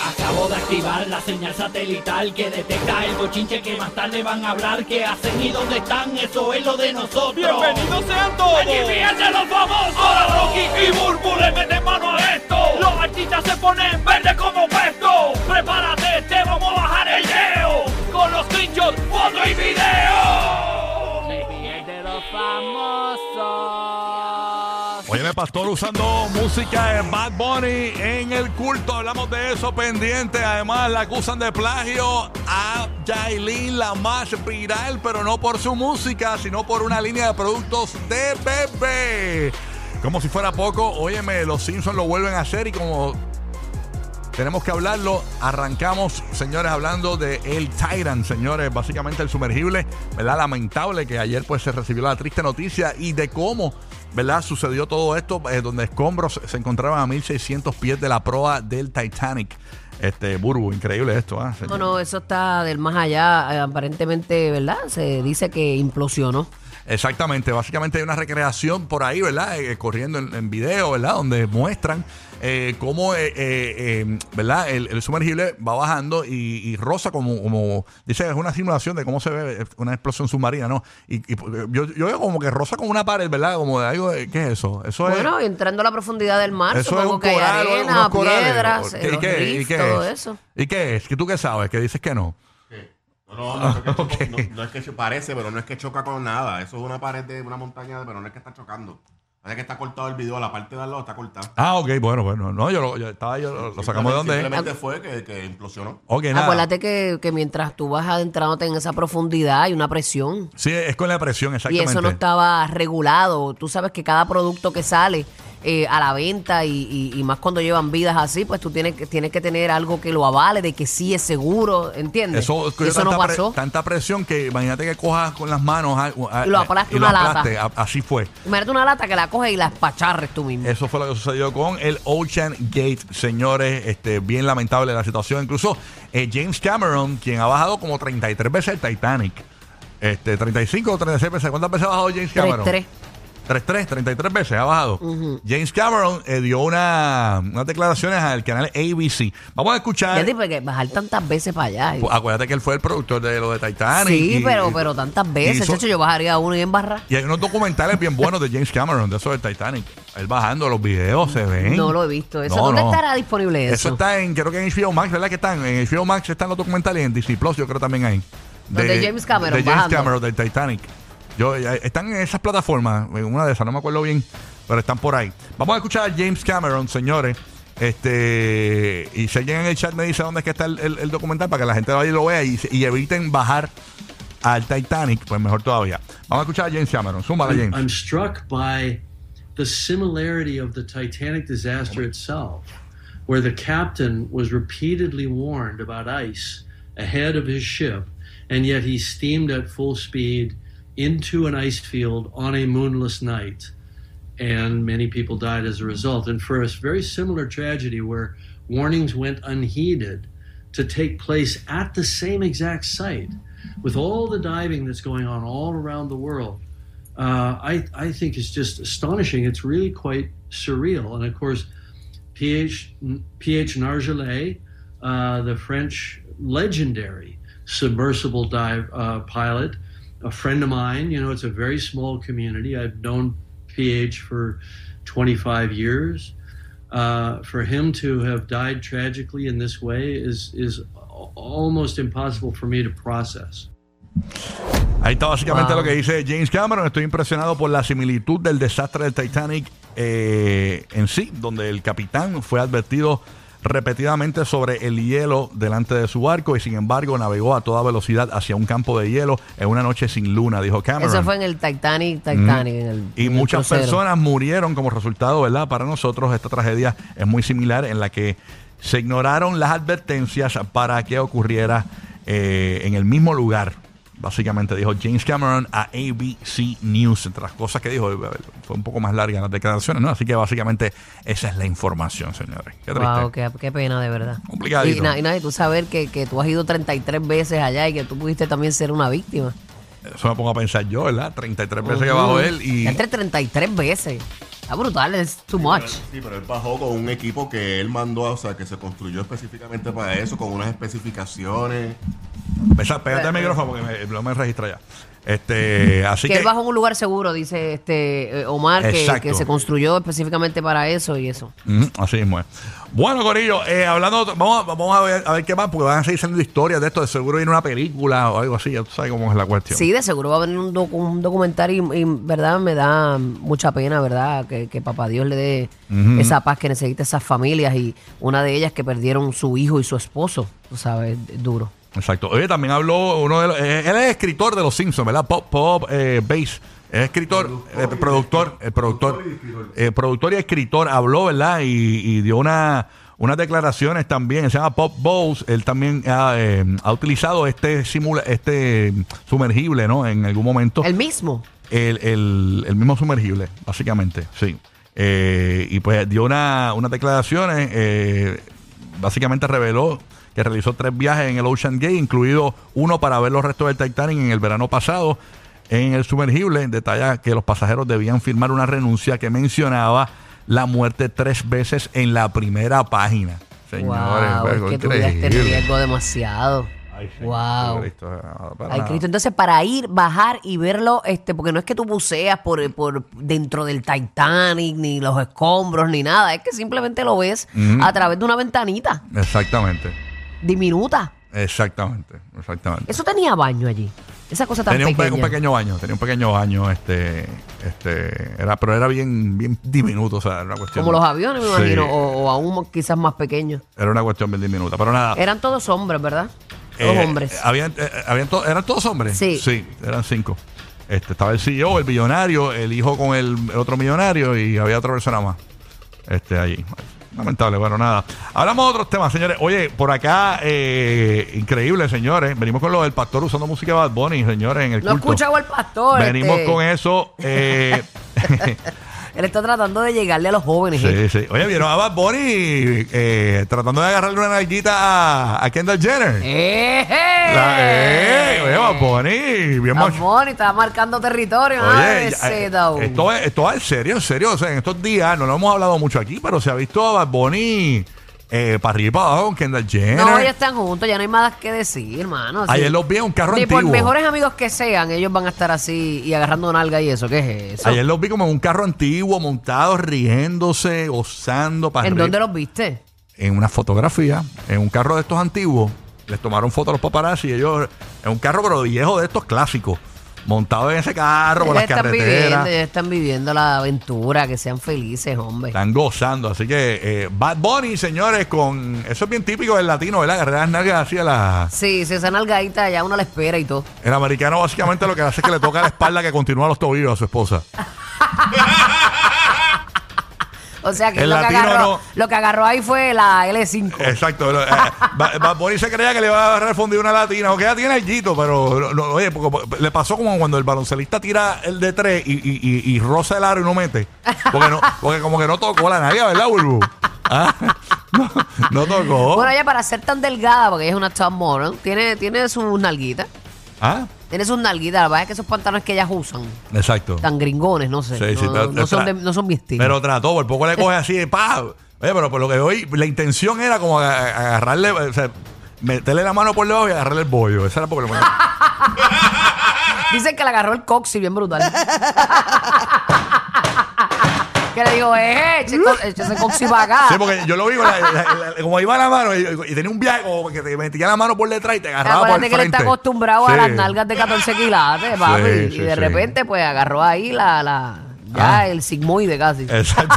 Acabo de activar la señal satelital que detecta el bochinche que más tarde van a hablar. ¿Qué hacen y dónde están? Eso es lo de nosotros. ¡Bienvenidos sean todos! ¡Aquí fíjense los famosos! Ahora Rocky y Burbu le meten mano a esto. Los artistas se ponen verde como puesto. Prepárate, te vamos a bajar el leo. Con los screenshots, foto y video. de los famosos! Oye, pastor usando música de Bad Bunny en el culto. Hablamos de eso pendiente. Además, la acusan de plagio a Yailin, la más viral, pero no por su música, sino por una línea de productos de bebé. Como si fuera poco, óyeme, los Simpsons lo vuelven a hacer y como tenemos que hablarlo. Arrancamos, señores, hablando de El Tyrant, señores, básicamente el sumergible, ¿verdad? Lamentable que ayer pues se recibió la triste noticia y de cómo, ¿verdad? Sucedió todo esto, eh, donde escombros se encontraban a 1600 pies de la proa del Titanic. Este, Burbu, increíble esto, ¿ah? No, señor? no, eso está del más allá. Eh, Aparentemente, ¿verdad? Se dice que implosionó. Exactamente, básicamente hay una recreación por ahí, ¿verdad? Eh, corriendo en, en video, ¿verdad? Donde muestran eh, cómo, eh, eh, eh, ¿verdad? El, el sumergible va bajando y, y rosa como, como, dice, es una simulación de cómo se ve eh, una explosión submarina, ¿no? Y, y, eh, yo, yo veo como que rosa como una pared, ¿verdad? Como de algo, de- ¿qué es eso? Eso es... Bueno, entrando a la profundidad del mar, Pues, Eso es supongo un que hay coral, o arena, unos corales. piedras, ¿Y eh, los qué, ¿Y reefs, qué todo es? eso. ¿Y qué es? ¿Y tú qué sabes? ¿Que dices que no? No, no, no, es que choco- ok. no- no es que cho- parece, pero no es que choca con nada. Eso es una pared de una montaña, pero no es que está chocando. Es que está cortado el video, la parte de al lado está cortada. Ah, ok, bueno, bueno. No, yo lo, yo estaba, yo lo, lo sacamos de donde... es. Simplemente fue que, que implosionó. Ok, nada. Acuérdate que, que mientras tú vas adentrándote en esa profundidad hay una presión. Sí, es con la presión, Y exactamente. eso no estaba regulado. Tú sabes que cada producto que sale eh, a la venta y, y- y más cuando llevan vidas así, pues tú tienes que, tienes que tener algo que lo avale, de que sí es seguro, ¿entiendes? Eso, Y eso no tanta, pre- pasó. tanta presión que imagínate que cojas con las manos a- a- Y lo aplaste y lo una lata. aplaste. A- Así fue. Imagínate una lata que la coges y la espacharres tú mismo. Eso fue lo que sucedió con el Ocean Gate, señores. Este, bien lamentable la situación. Incluso eh, James Cameron, quien ha bajado como 33 veces el Titanic. Este, 35 o 36 veces. ¿Cuántas veces ha bajado James Tres, Cameron? tres. 3-3, 33 veces ha bajado. James Cameron eh, dio una, unas declaraciones al canal ABC. Vamos a escuchar. Ya te porque bajar tantas veces para allá. y- Pues, acuérdate que él fue el productor de lo de Titanic. sí, y- pero, y- pero tantas veces, hizo- chacho, yo bajaría uno y en barra. Y hay unos documentales bien buenos de James Cameron, de eso del Titanic. Él bajando los videos, se ven. No lo he visto. Eso, ¿dónde estará disponible eso? está en, creo que en HBO Max, ¿verdad que están? En HBO Max están los documentales y en Disney Plus, yo creo también hay. Los de James Cameron De James bajando. Cameron, del Titanic. Yo, ya, están en esas plataformas, en una de esas, no me acuerdo bien, pero están por ahí. Vamos a escuchar a James Cameron, señores. Este, y si alguien en el chat me dice dónde es que está el, el- el documental para que la gente vaya y lo vea y, se- y eviten bajar al Titanic, pues mejor todavía. Vamos a escuchar a James Cameron. Súmala, I'm- James. I'm struck by the similarity of the Titanic disaster itself, where the captain was repeatedly warned about ice ahead of his ship, and yet he steamed at full speed into an ice field on a moonless night. And many people died as a result. And for a very similar tragedy where warnings went unheeded to take place at the same exact site, with all the diving that's going on all around the world, uh, I, I think it's just astonishing. It's really quite surreal. And of course, PH, PH Nargelet, uh, the French legendary submersible dive uh, pilot, a friend of mine, you know, it's a very small community. I've known PH for 25 years. Uh, for him to have died tragically in this way is, is al- almost impossible for me to process. Ahí está básicamente Wow. lo que dice James Cameron. Estoy impresionado por la similitud del desastre del Titanic eh, en sí, donde el capitán fue advertido repetidamente sobre el hielo delante de su barco y sin embargo navegó a toda velocidad hacia un campo de hielo en una noche sin luna, dijo Cameron. Eso fue en el Titanic, Titanic. en el, Y en el muchas crucero. personas murieron como resultado, ¿verdad? Para nosotros esta tragedia es muy similar en la que se ignoraron las advertencias para que ocurriera eh, en el mismo lugar. Básicamente dijo James Cameron a ABC News. Entre las cosas que dijo, eh, fue un poco más larga en las declaraciones, ¿no? Así que básicamente esa es la información, señores. Qué triste. Wow, qué, qué pena, de verdad. Complicadito. Y, na- y nada, y tú saber que, que tú has ido 33 veces allá y que tú pudiste también ser una víctima. Uh-huh. Eso me pongo a pensar yo, ¿verdad? 33 veces que bajó él y... Entre 33 veces. Está brutal, es too much. Sí, pero él bajó con un equipo que él mandó, o sea, que se construyó específicamente para eso, con unas especificaciones. Pesa- Pégate el micrófono porque me, no me registra ya. Este, así que que. él bajó en un lugar seguro, dice este eh, Omar, que- que, Exacto. se construyó específicamente para eso y eso. Ujú, así mismo es. Bueno, Corillo, eh, hablando, vamos, vamos a, ver, a ver qué más, porque van a seguir siendo historias de esto. De seguro viene una película o algo así, ya tú sabes cómo es la cuestión. Sí, de seguro va a venir un, docu- un documental y, y, verdad me da mucha pena, verdad, que, que papá Dios le dé esa paz que necesita esas familias y una de ellas que perdieron su hijo y su esposo, tú sabes, duro. Exacto. Oye, también habló uno de los. eh, él es escritor de Los Simpsons, ¿verdad? Pop, pop, eh, bass. Es escritor, eh, productor, eh, productor, eh, productor y escritor. Habló, ¿verdad? Y, y dio una, unas declaraciones también. Se llama Pop Bowles. Él también ha, eh, ha utilizado este simula, este sumergible, ¿no? En algún momento. El mismo. El, el- el mismo sumergible, básicamente, sí. Eh, y pues dio una, unas declaraciones, eh, básicamente reveló que realizó tres viajes en el Ocean Gate, incluido uno para ver los restos del Titanic en el verano pasado. En el sumergible detalla que los pasajeros debían firmar una renuncia que mencionaba la muerte tres veces en la primera página. Señores, wow, es algo que tu vida está en increíble. riesgo demasiado. Ay, señor, wow. Cristo, no, para Ay, nada. Cristo, entonces para ir, bajar y verlo, este, porque no es que tú buceas por, por dentro del Titanic, ni los escombros, ni nada, es que simplemente lo ves a través de una ventanita Exactamente, diminuta. exactamente, exactamente. Eso tenía baño allí, esa cosa tan tenía un, pe- pequeña. un pequeño baño, tenía un pequeño baño, este, este, era, pero era bien, bien diminuto, o sea, era una cuestión. Como los aviones, me Sí, imagino, o, o aún quizás más pequeños. Era una cuestión bien diminuta, pero nada. Eran todos hombres, ¿verdad? Todos Ah. eh, hombres. habían- eh, habían to- eran todos hombres. Sí. eran cinco. Este, estaba el CEO, el billonario, el hijo con el, el otro millonario y había otra persona más. Este, allí. Lamentable, bueno, nada. Hablamos de otros temas, señores. Oye, por acá, eh, increíble, señores. Venimos con lo del pastor usando música de Bad Bunny, señores, en el No culto. escuchaba al pastor. Venimos este. con eso. eh, Él está tratando de llegarle a los jóvenes. ¿eh? Sí, sí. Oye, vieron a Bad Bunny eh, tratando de agarrarle una nalguita a, a Kendall Jenner. ¡Eh, eh! La- eh, oye, Bad Bunny, bien Amor, macho. está marcando territorio. Oye, Ay, ya, ese eh, down. esto es, esto es en serio, en serio. O sea, en estos días no lo hemos hablado mucho aquí, pero se ha visto a Bad Bunny eh, para arriba y para abajo con Kendall Jenner. No, ellos están juntos, ya no hay más que decir, hermano. Ayer los vi en un carro Ni por antiguo. mejores amigos que sean, ellos van a estar así y agarrando nalga y eso. ¿Qué es eso? Ayer los vi como en un carro antiguo, montados, riéndose, gozando para ¿En arriba. dónde los viste? en una fotografía, en un carro de estos antiguos, les tomaron fotos a los paparazzi y ellos, en un carro pero viejo de estos clásicos, montado en ese carro por Ellos las están viviendo, carreteras, ellos están viviendo la aventura, que sean felices, hombre. están gozando. Así que eh, Bad Bunny, señores, con eso es bien típico del latino, ¿verdad? Agarrar las nalgas así a la... Sí, si esa nalgadita ya uno la espera y todo. El americano básicamente lo que hace es que le toca la espalda que continúa los tobillos a su esposa. O sea que, El lo que, latino agarró, no. lo que agarró ahí fue la L5. Exacto. lo- eh, Ba- Bad Bunny se creía que le iba a agarrar el fundido una latina, o que ya tiene el Gito, pero no- no, oye, porque- porque le pasó como cuando el baloncelista tira el de tres y, y, y- y roza el aro y no mete. Porque, no, porque como que no tocó la nalga, ¿verdad, Bulbu? Ah, No, no tocó. Bueno, ella para ser tan delgada, porque ella es una top model, tiene, tiene sus nalguitas. Ah, Tiene sus nalguitas. La verdad es que esos pantalones que ellas usan. exacto. tan gringones, no sé. Sí, sí, no, pero- no son tra- de- no son mi estilo. Pero trató, por poco le coge así de pa. Oye, pero por lo que hoy, la intención era como aga- agarrarle, o sea, meterle la mano por debajo y agarrarle el bollo. Esa era porque lo Dicen que la agarró el coxi bien brutal. que le dijo, eh, eche, co- eche ese coxi para acá. Sí, porque yo lo vi, con la- la- la- como iba la mano y, y tenía un viaje como que te metía la mano por detrás y te agarraba por Acuérdate el que él frente. está acostumbrado Sí. a las nalgas de 14 quilates, papi. Sí, y sí, de sí. repente, pues agarró ahí la, la ya Ah. el sigmoide casi. Exacto.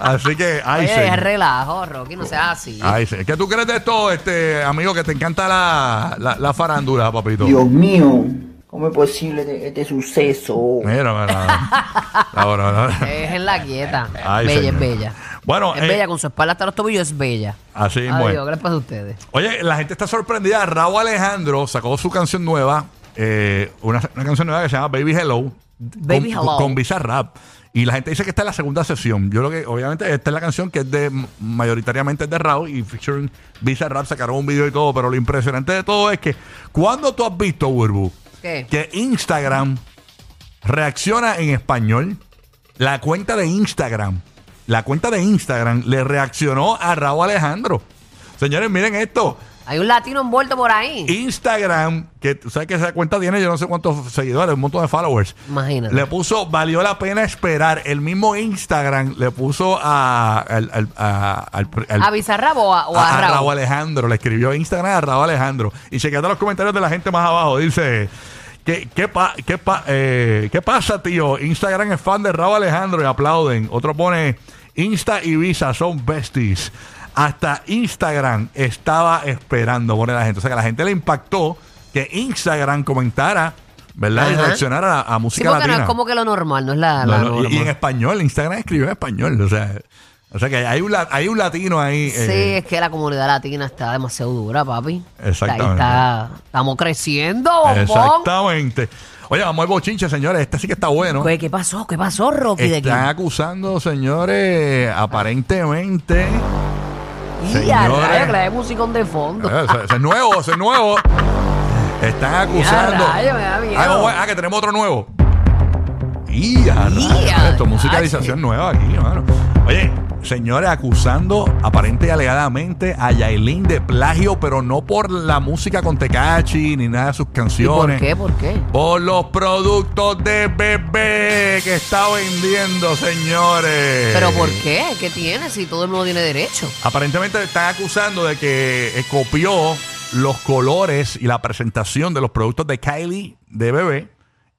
Así que, ay, Oye, es señor. relajo, Rocky, no seas así. Ay, señor. ¿Qué tú crees de esto, este amigo, que te encanta la, la, la farándula, papito? Dios mío, ¿cómo es posible este, este suceso? Mira, mira. Ahora, ahora. Déjenla quieta. Ay, bella, señor. es bella. Bueno, es eh, bella con su espalda hasta los tobillos, es bella. Así Ay, mismo es. Dios, ¿qué les pasa a ustedes? Oye, la gente está sorprendida. Raúl Alejandro sacó su canción nueva, eh, una, una canción nueva que se llama Baby Hello. Baby con, Hello. Con Visa Rap. Y la gente dice que esta es la segunda sesión. Yo lo que, obviamente, esta es la canción que es de, mayoritariamente es de Raúl y featuring Visa Rap sacaron un video y todo. Pero lo impresionante de todo es que, cuando tú has visto, Burbu, ¿Qué? que Instagram reacciona en español. La cuenta de Instagram, la cuenta de Instagram le reaccionó a Raúl Alejandro. Señores, miren esto. Hay un latino envuelto por ahí. Instagram, que tú sabes que esa cuenta tiene yo no sé cuántos seguidores, un montón de followers. Imagínate. Le puso, valió la pena esperar. El mismo Instagram le puso a, al, al- a- al- al- ¿A Bizarrap o a, o a a- a Raúl? Ah, Raúl Alejandro. Le escribió a Instagram a Raúl Alejandro. Y chequeando los comentarios de la gente más abajo, dice. ¿Qué, qué, pa- qué, pa- eh, ¿Qué pasa, tío? Instagram es fan de Raúl Alejandro y aplauden. Otro pone, Insta y Visa son besties. Hasta Instagram estaba esperando, pone la gente. O sea, que a la gente le impactó que Instagram comentara, ¿verdad? Y Ajá. reaccionara a, a Sí, música porque latina. no es como que lo normal, no es la, No, la no, y- norma. y, en español, Instagram escribió en español. O sea, o sea que hay un, la- hay un latino ahí. Sí, eh, es que la comunidad latina está demasiado dura, papi. Exactamente. Ahí está, estamos creciendo, bombón. Exactamente. Oye, vamos al bochinche, señores. Este sí que está bueno. Güey, Pues, ¿Qué pasó? ¿Qué pasó, Rocky? ¿De Están qué? acusando, señores, aparentemente. Y a señores. rayos, que la de musicón de fondo. Eh, Ese ese es nuevo, ese es nuevo. Están acusando. Ya, rayos, me da miedo. Ah, no, ah, que tenemos otro nuevo. Y a Y rayos, a Esto, musicalización nueva aquí, mano. Oye, señores, acusando aparente y alegadamente a Yailin de plagio, pero no por la música con Tecachi ni nada de sus ¿Y por canciones. qué? ¿Por qué? Por los productos de bebé que está vendiendo, señores. ¿Pero por qué? ¿Qué tiene si todo el mundo tiene derecho? Aparentemente están acusando de que eh, copió los colores y la presentación de los productos de Kylie de bebé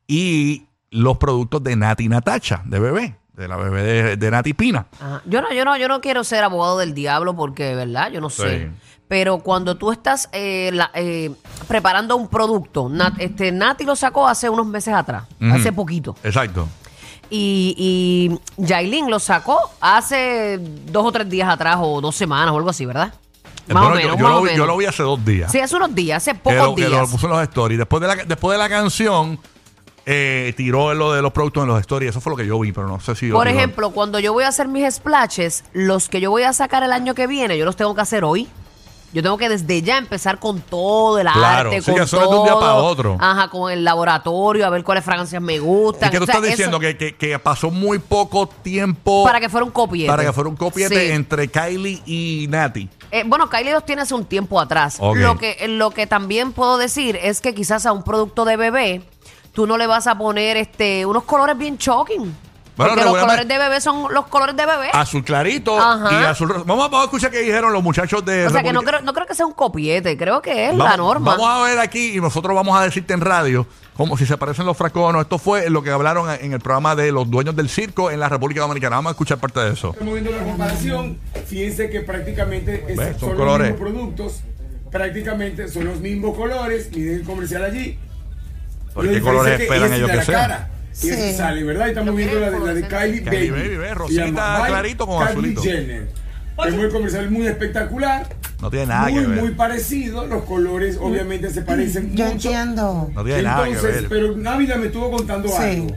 y los productos de Nati Natacha de bebé, de la bebé de, de Nati Pina. Ajá. Ah, Yo no, yo no, yo no quiero ser abogado del diablo porque, ¿verdad? Yo no sé. Sí. Pero cuando tú estás eh, la- eh, preparando un producto, Nat- este, Nati lo sacó hace unos meses atrás, Ujú. hace poquito. Exacto. Y, y Yailin lo sacó hace dos o tres días atrás o dos semanas o algo así, ¿verdad? Más o Bueno, yo- menos, Eh, yo, más lo, o vi- menos. yo lo vi hace dos días. Sí, hace unos días, hace que pocos lo, que días. lo puso en los stories. Después de la, después de la canción, eh, tiró lo de los productos en los stories. Eso fue lo que yo vi, pero no sé si. lo Por tiró. ejemplo, cuando yo voy a hacer mis splashes, los que yo voy a sacar el año que viene, yo los tengo que hacer hoy. Yo tengo que desde ya empezar con todo el Claro, arte, sí, con que eso no es de un día todo. para otro. Ajá, con el laboratorio, a ver cuáles fragancias me gustan. Es que tú O sea, estás eso- diciendo que, que- que pasó muy poco tiempo para que fuera un copiete. para que fuera un copiete Sí. entre Kylie y Nati. Eh, bueno, Kylie los tiene hace un tiempo atrás. Ok. Lo, que, eh, lo que también puedo decir es que quizás a un producto de bebé tú no le vas a poner este unos colores bien shocking. porque los regularmente- colores de bebé son los colores de bebé. Azul clarito Ajá. y azul rosa. Vamos, a- vamos a escuchar qué dijeron los muchachos de. o sea que no República- creo, no creo que sea un copiete, creo que es la Vamos- norma. Vamos a ver aquí y nosotros vamos a decirte en radio como si se parecen los fraconos. Esto fue lo que hablaron en el programa de los dueños del circo en la República Dominicana. Vamos a escuchar parte de eso. Estamos viendo la comparación. Fíjense que prácticamente es- Ve, son son, colores. los mismos productos. Prácticamente son los mismos colores. Miren el comercial allí. ¿Por Lo qué diferente colores es que esperan ella ellos tiene que la sean? cara. Y eso sale, ¿verdad? Y estamos Lo viendo la de, la de queremos, Kylie Kylie Baby. Baby, ve, Se rosita, llama By clarito con Kylie azulito. Jenner. Es muy comercial, muy espectacular. No tiene nada muy, que ver. Muy parecido. Los colores Mm. obviamente se parecen Yo mucho. entiendo. No tiene nada que Entonces, ver. Pero Navidad me estuvo contando Sí. algo.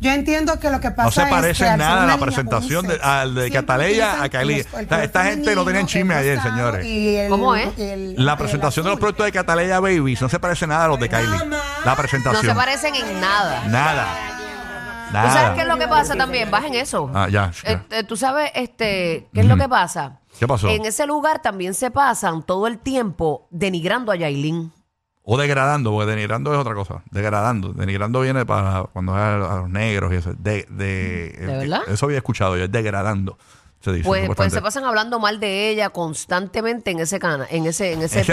Yo entiendo que lo que pasa No se es parece que en al ser nada una la niña presentación de, con al de sexo, Cataleya siempre a Kylie. utilizan Esta, los- esta el gente no tenía femenino, chisme el ayer, rosado señores. y el- ¿Cómo es? el- La el presentación de los azul. productos de Cataleya Babies no se parece nada a los de Kylie. La No presentación. se parecen en nada. Nada. ¿Tú sabes qué es Nada. lo que pasa también? Bajen eso. Ah, ya, ya. Eh, eh, Tú sabes este, qué es lo que pasa. ¿Qué pasó? En ese lugar también se pasan todo el tiempo denigrando a Yailin. O degradando, porque denigrando es otra cosa. Degradando. Denigrando viene para cuando es a, a los negros y eso. De, de, eh, verdad? Eso había escuchado yo, es degradando. Se dice. Pues, pues supuestamente. se pasan hablando mal de ella constantemente en ese cana, en ese, en ese, Ese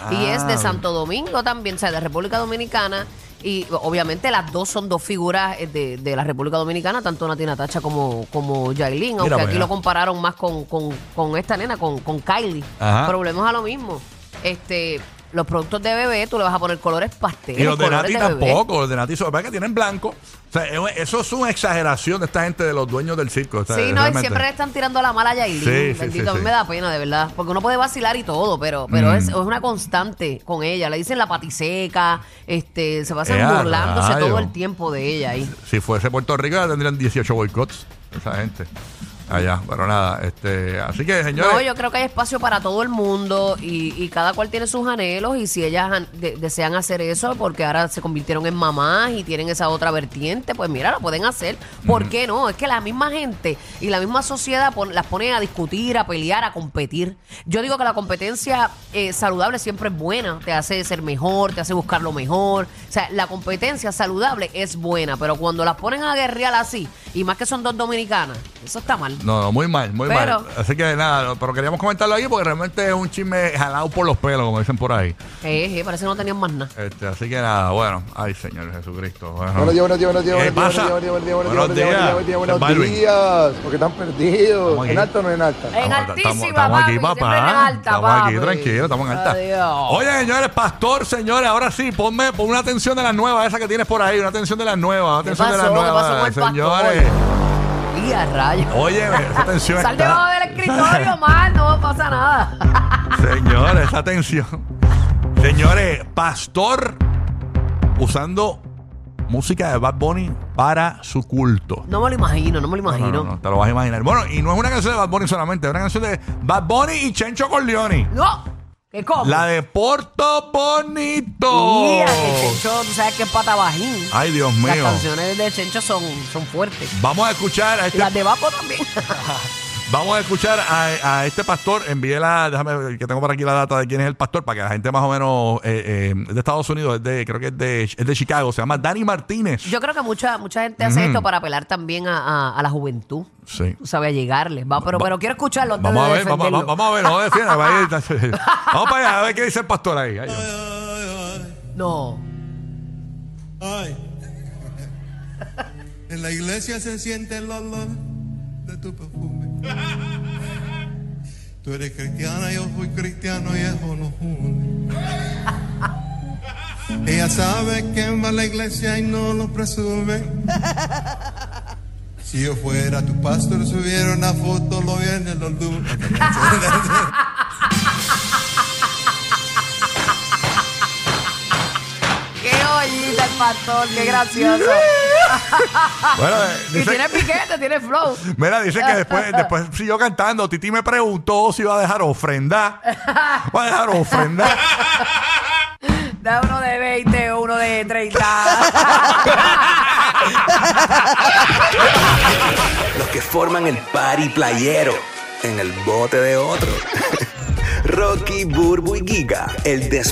programa, Y ah. es de Santo Domingo también, o sea, de República Dominicana. Y obviamente las dos son dos figuras eh, de, de la República Dominicana, tanto Nati Natacha como, como Yailin, aunque para aquí allá. lo compararon más con, con- con esta nena, con, con Kylie. Ajá. Pero volvemos a lo mismo. Este, los productos de bebé, tú le vas a poner colores pasteles. Y los de colores Nati de bebé. tampoco, los de Nati son, es que tienen blanco. O sea, es- eso es una exageración de esta gente de los dueños del circo. o sea, Sí, no, y realmente. siempre le están tirando la mala a Yailin. Sí, sí, Bendito, sí, a mí sí. Mm. me da pena, de verdad. Porque uno puede vacilar y todo, pero, pero es, es una constante con ella. Le dicen la patiseca, este, se pasan Eh, a burlándose rayo. todo el tiempo de ella ahí. Si fuese Puerto Rico ya tendrían 18 boicots. Esa gente. allá. Pero nada, este, así que señores. No, yo creo que hay espacio para todo el mundo y, y cada cual tiene sus anhelos y si ellas han- de- desean hacer eso porque ahora se convirtieron en mamás y tienen esa otra vertiente, pues mira, lo pueden hacer. ¿Por qué no? Es que la misma gente y la misma sociedad pon- las pone a discutir, a pelear, a competir. Yo digo que la competencia eh, saludable siempre es buena, te hace ser mejor, te hace buscar lo mejor. O sea, la competencia saludable es buena, pero cuando las ponen a guerrear así, y más que son dos dominicanas, eso está mal. No, no, muy mal, muy Pero- mal. Así que nada, no, pero queríamos comentarlo aquí porque realmente es un chisme jalado por los pelos, como dicen por ahí. Eh, eh, parece que no tenían más nada. Este, así que nada, bueno. Ay, Señor Jesucristo. bueno. Buenos días, buenos días, buenos días, ¿Qué buenos pasa? días, buenos días, buenos días, Buenos buenos días, días, buenos días, buenos días, Baldwin. buenos días, porque están Estamos perdidos. aquí. ¿En alta o no en alta? En Estamos- altísima, estamos aquí, papi, papá. siempre en alta, estamos aquí, papi. tranquilo, estamos en alta. Adiós. Oye, señores, pastor, señores, ahora sí, ponme, pon una atención de las nuevas, esa que tienes por ahí, una atención de las nuevas, una ¿Qué atención de las pasó? ¿Qué nuevas, pasó con el pastor? señores. Y a rayos. Oye, esa atención Sal está- debajo del escritorio, mal, no pasa nada. Señores, esa atención. Señores, pastor usando música de Bad Bunny para su culto. No me lo imagino, no me lo imagino. No, No, no, no, te lo vas a imaginar. Bueno, y no es una canción de Bad Bunny solamente, es una canción de Bad Bunny y Chencho Corleone. ¿qué como? La de Porto Bonito. Mira, que Chencho, tú sabes que es pata bajín. Ay, Dios mío. Las canciones de Chencho son, son fuertes. Vamos a escuchar a Y este, las de Baco también. vamos a escuchar a, a este pastor. Envíe la, déjame ver, que tengo por aquí la data de quién es el pastor para que la gente más o menos eh, eh, es de Estados Unidos, es de, creo que es de, es de Chicago. Se llama Dani Martínez. Yo creo que mucha, mucha gente hace esto para apelar también a, a- a la juventud. Sí. Tú sabes, a llegarles. Va, pero, pero quiero escucharlo antes Vamos a de ver, vamos, defenderlo. vamos- vamos a ver, no defiendas, va a ir- Vamos para allá, a ver qué dice el pastor ahí. Ay, Dios. No. Ay. En la iglesia se siente el olor de tu perfume. Tú eres cristiana, yo fui cristiano y eso nos une. Ella sabe que va a la iglesia y no lo presume. Si yo fuera tu pastor, subiera una foto los viernes, los lunes. Qué ollita el pastor, qué gracioso. Bueno, eh, y dice- tiene piquete, tiene flow. Mira, dice que después, después siguió cantando. Titi me preguntó si iba a dejar ofrenda. Va a dejar ofrenda. Da uno de 20, uno de 30. Los que forman el party playero en el bote de otro. Rocky, Burbu y Giga, el